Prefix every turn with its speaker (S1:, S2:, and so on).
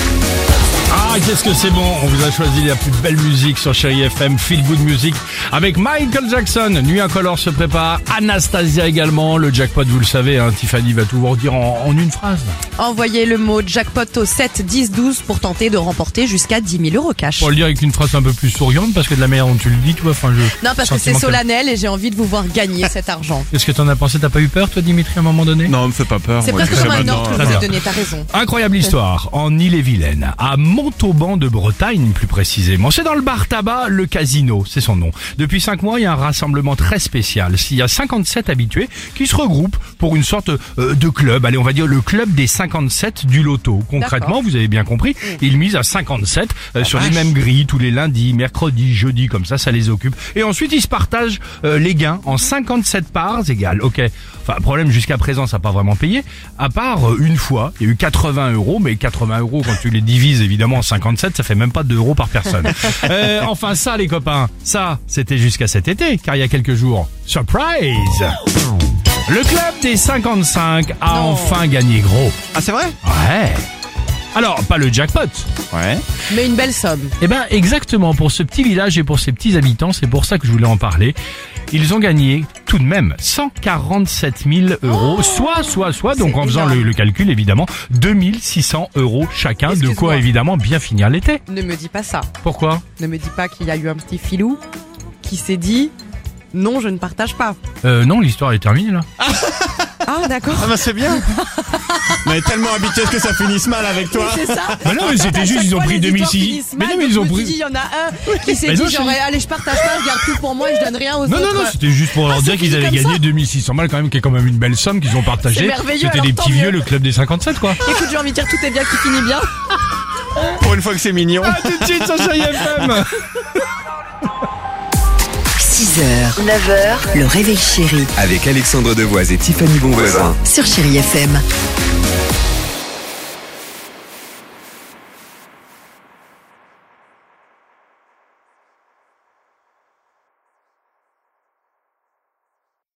S1: Ah, qu'est-ce que c'est bon On vous a choisi la plus belle musique sur Chéri FM, Feel Good Music, avec Michael Jackson. Nuit incolore se prépare, Anastasia également, le jackpot, vous le savez, hein, Tiffany va tout vous redire en, en une phrase.
S2: Envoyez le mot jackpot au 7 10 12 pour tenter de remporter jusqu'à 10 000 euros cash.
S1: Pour le dire avec une phrase un peu plus souriante, parce que de la manière dont tu le dis, tu vois, enfin, je...
S2: Non, parce que c'est
S1: sentiment
S2: solennel et j'ai envie de vous voir gagner cet argent.
S1: Qu'est-ce que t'en as pensé T'as pas eu peur, toi, Dimitri, à un moment donné
S3: Non, me fais pas peur.
S2: C'est
S3: moi,
S2: presque
S3: je sais
S2: comme un
S3: maintenant,
S2: ordre
S3: euh,
S2: que vous
S1: bien.
S2: avez donné, t'as raison.
S1: Incroyable histoire en Ille-et-Vilaine, à Montauban de Bretagne plus précisément. C'est dans le bar tabac Le Casino, c'est son nom. Depuis cinq mois, il y a un rassemblement très spécial. Il y a 57 habitués qui se regroupent pour une sorte euh, de club. Allez, on va dire le club des 57 du loto. Concrètement,
S2: D'accord.
S1: vous avez bien compris, ils misent à 57 euh, sur les
S3: vache.
S1: mêmes grilles tous les lundis, mercredis, jeudis, comme ça, ça les occupe. Et ensuite, ils se partagent euh, les gains en 57 parts égales. Ok, enfin, problème jusqu'à présent, ça n'a pas vraiment payé. À part euh, une fois, il y a eu 80 euros, mais 80 euros, quand tu les divises évidemment en 57, ça fait même pas 2 euros par personne. Euh, enfin, ça, les copains, ça, c'était jusqu'à cet été, car il y a quelques jours, surprise Le club des 55 a
S2: Non.
S1: enfin gagné gros.
S3: Ah, c'est vrai
S1: Ouais alors, pas le jackpot,
S3: Ouais.
S2: Mais une belle somme.
S1: eh ben exactement, pour ce petit village et pour ses petits habitants, c'est pour ça que je voulais en parler. Ils ont gagné tout de même 147 000 euros, soit, soit, soit, donc
S2: Oh C'est
S1: en faisant
S2: énorme.
S1: le, le calcul évidemment, 2600 euros chacun, de quoi
S2: Excuse-moi.
S1: évidemment bien finir l'été.
S2: Ne me dis pas ça.
S1: Pourquoi
S2: Ne me dis pas qu'il y a eu un petit filou qui s'est dit non, je ne partage pas.
S1: euh, Non, l'histoire est terminée là.
S2: Ah, d'accord.
S3: Ah, bah, c'est bien. On est tellement habitué que ça finisse mal avec toi.
S2: C'est ça.
S1: Mais non, mais c'était juste, ils ont pris 2006.
S2: Mais non, mais ils ont pris. Il y en a un qui s'est
S1: Mais non,
S2: dit genre,
S1: chérie.
S2: allez, je partage pas, je garde tout pour moi et je donne rien aux
S1: Non,
S2: autres.
S1: non, non, c'était juste pour leur
S2: Ah,
S1: dire
S2: c'est
S1: qu'ils
S2: fini
S1: avaient
S2: comme
S1: gagné
S2: ça
S1: 2600 balles quand même, qui est quand même une belle somme qu'ils ont
S2: C'est
S1: partagée.
S2: merveilleux,
S1: C'était
S2: alors
S1: des
S2: tant
S1: petits
S2: mieux.
S1: vieux, le club des 57 quoi.
S2: Écoute, j'ai envie de dire tout est bien qui finit bien.
S3: Pour une fois que c'est mignon.
S1: Ah, tout de suite sur Chérie FM
S4: 6h, 9h, le réveil chéri
S5: Avec Alexandre Devoise et Tiffany Bonvoisin.
S4: sur Chéri FM.